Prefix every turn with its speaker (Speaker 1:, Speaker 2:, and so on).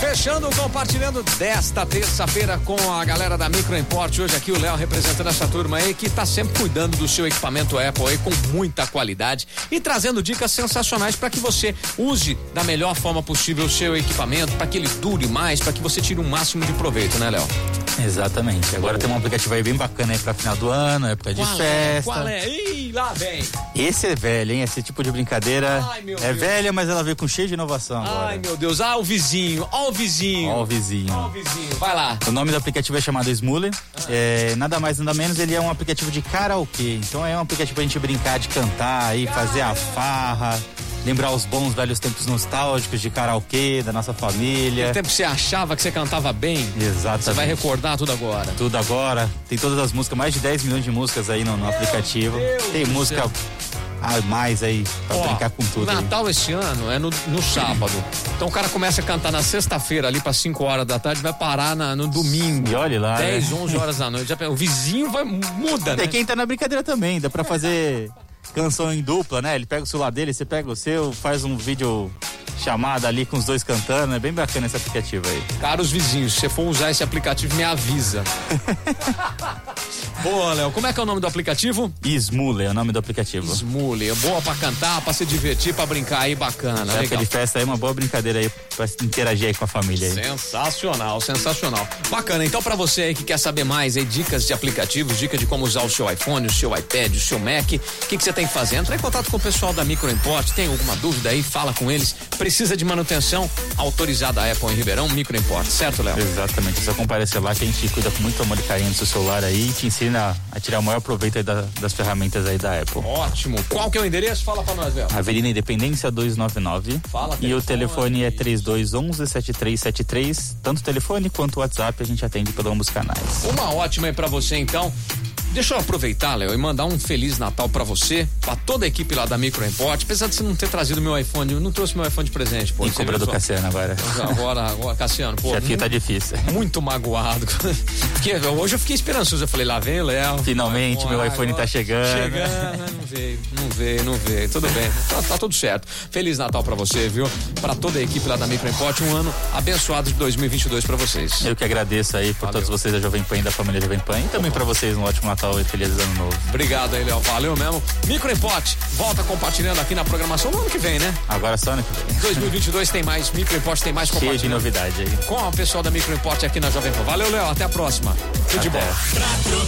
Speaker 1: fechando, compartilhando desta terça-feira com a galera da Micro Import. Hoje aqui o Léo representando essa turma aí que está sempre cuidando do seu equipamento Apple aí com muita qualidade e trazendo dicas sensacionais para que você use da melhor forma possível o seu equipamento, para que ele dure mais, para que você tire o um máximo de proveito, né, Léo?
Speaker 2: Exatamente. Agora tem um aplicativo aí bem bacana aí pra final do ano, época de
Speaker 1: Qual
Speaker 2: festa.
Speaker 1: é? Qual é? Ih, lá vem.
Speaker 2: Esse é velho, hein? Esse tipo de brincadeira.
Speaker 1: Ai, meu
Speaker 2: é
Speaker 1: Deus.
Speaker 2: velha, mas ela veio com cheio de inovação agora.
Speaker 1: Ai, meu Deus. Ah, o vizinho. Ó, o vizinho.
Speaker 2: Ó o vizinho.
Speaker 1: Ó, o vizinho. Vai lá.
Speaker 2: O nome do aplicativo é chamado Smule. É, nada mais, nada menos, ele é um aplicativo de karaokê. Então é um aplicativo pra gente brincar, de cantar, aí, fazer a farra, lembrar os bons velhos tempos nostálgicos de karaokê, da nossa família.
Speaker 1: O tempo que você achava que você cantava bem,
Speaker 2: Exatamente.
Speaker 1: Então, você vai recordar tudo agora.
Speaker 2: tudo agora. Tem todas as músicas, mais de 10 milhões de músicas aí no, no aplicativo.
Speaker 1: Deus
Speaker 2: Tem
Speaker 1: do
Speaker 2: música
Speaker 1: céu.
Speaker 2: a mais aí pra
Speaker 1: Ó,
Speaker 2: brincar com tudo. aí.
Speaker 1: Natal esse ano é no, no sábado. Então o cara começa a cantar na sexta-feira, ali para 5 horas da tarde, vai parar na- no domingo.
Speaker 2: E olhe lá,
Speaker 1: 10,
Speaker 2: né?
Speaker 1: 11 horas da noite. Já, pe- o vizinho vai, muda, né?
Speaker 2: Tem quem tá na brincadeira também, dá pra fazer canção em dupla, né? Ele pega o celular dele, você pega o seu, faz um vídeo chamada ali com os dois cantando. É bem bacana esse aplicativo aí.
Speaker 1: Caros vizinhos, se você for usar esse aplicativo, me avisa. Boa, Léo. Como é que é o nome do aplicativo?
Speaker 2: Smule é o nome do aplicativo.
Speaker 1: Smule. É boa pra cantar, pra se divertir, pra brincar aí, bacana.
Speaker 2: Época
Speaker 1: Legal.
Speaker 2: de festa aí, uma boa brincadeira aí pra interagir aí com a família aí.
Speaker 1: Sensacional, sensacional. Bacana, então pra você aí que quer saber mais aí, dicas de aplicativos, dica de como usar o seu iPhone, o seu iPad, o seu Mac, o que, que você tem que fazer? Entra em contato com o pessoal da Micro Import, tem alguma dúvida aí, fala com eles. Precisa de manutenção autorizada a Apple em Ribeirão, Micro Import, certo, Léo?
Speaker 2: Exatamente, é só comparecer lá que a gente cuida com muito amor e carinho do seu celular aí e te ensina a tirar o maior proveito aí da- das ferramentas aí da Apple.
Speaker 1: Ótimo. Qual que é o endereço? Fala pra nós, Léo.
Speaker 2: Avenida Independência 299.
Speaker 1: Fala,
Speaker 2: e o
Speaker 1: telefone.
Speaker 2: telefone é 3211-7373. Tanto o telefone quanto o WhatsApp a gente atende por ambos os canais.
Speaker 1: Uma ótima aí pra você então. Deixa eu aproveitar, Léo, e mandar um feliz Natal pra você, pra toda a equipe lá da Micro Import. Apesar de você não ter trazido meu iPhone, eu não trouxe meu iPhone de presente, pô.
Speaker 2: Em
Speaker 1: Você
Speaker 2: cobra
Speaker 1: viu
Speaker 2: do
Speaker 1: só?
Speaker 2: Cassiano agora.
Speaker 1: Agora, agora, Cassiano, pô,
Speaker 2: Já fica tá difícil.
Speaker 1: muito magoado. Porque hoje eu fiquei esperançoso. Eu falei, lá vem o Léo.
Speaker 2: Finalmente,
Speaker 1: Vai,
Speaker 2: meu iPhone tá chegando.
Speaker 1: Chegando, né? não veio, não veio, não veio. Tudo bem, tá, tá tudo certo. Feliz Natal pra você, viu? Pra toda a equipe lá da Micro Import, um ano abençoado de 2022 pra vocês.
Speaker 2: Eu que agradeço aí por todos vocês da Jovem Pan e da família Jovem Pan. E também pra vocês um ótimo Natal e feliz ano novo.
Speaker 1: Obrigado aí, Léo. Valeu mesmo. Micro Import, volta compartilhando aqui na programação no ano que vem, né?
Speaker 2: Agora só ano que vem.
Speaker 1: 2022 tem mais, Micro Import tem mais
Speaker 2: Cheio de
Speaker 1: compartilhando.
Speaker 2: novidade aí.
Speaker 1: Com o pessoal da Micro Import aqui na Jovem Pan. Valeu, Léo. Até a próxima. Tudo de
Speaker 2: Até.
Speaker 1: bom.
Speaker 3: pra trocar.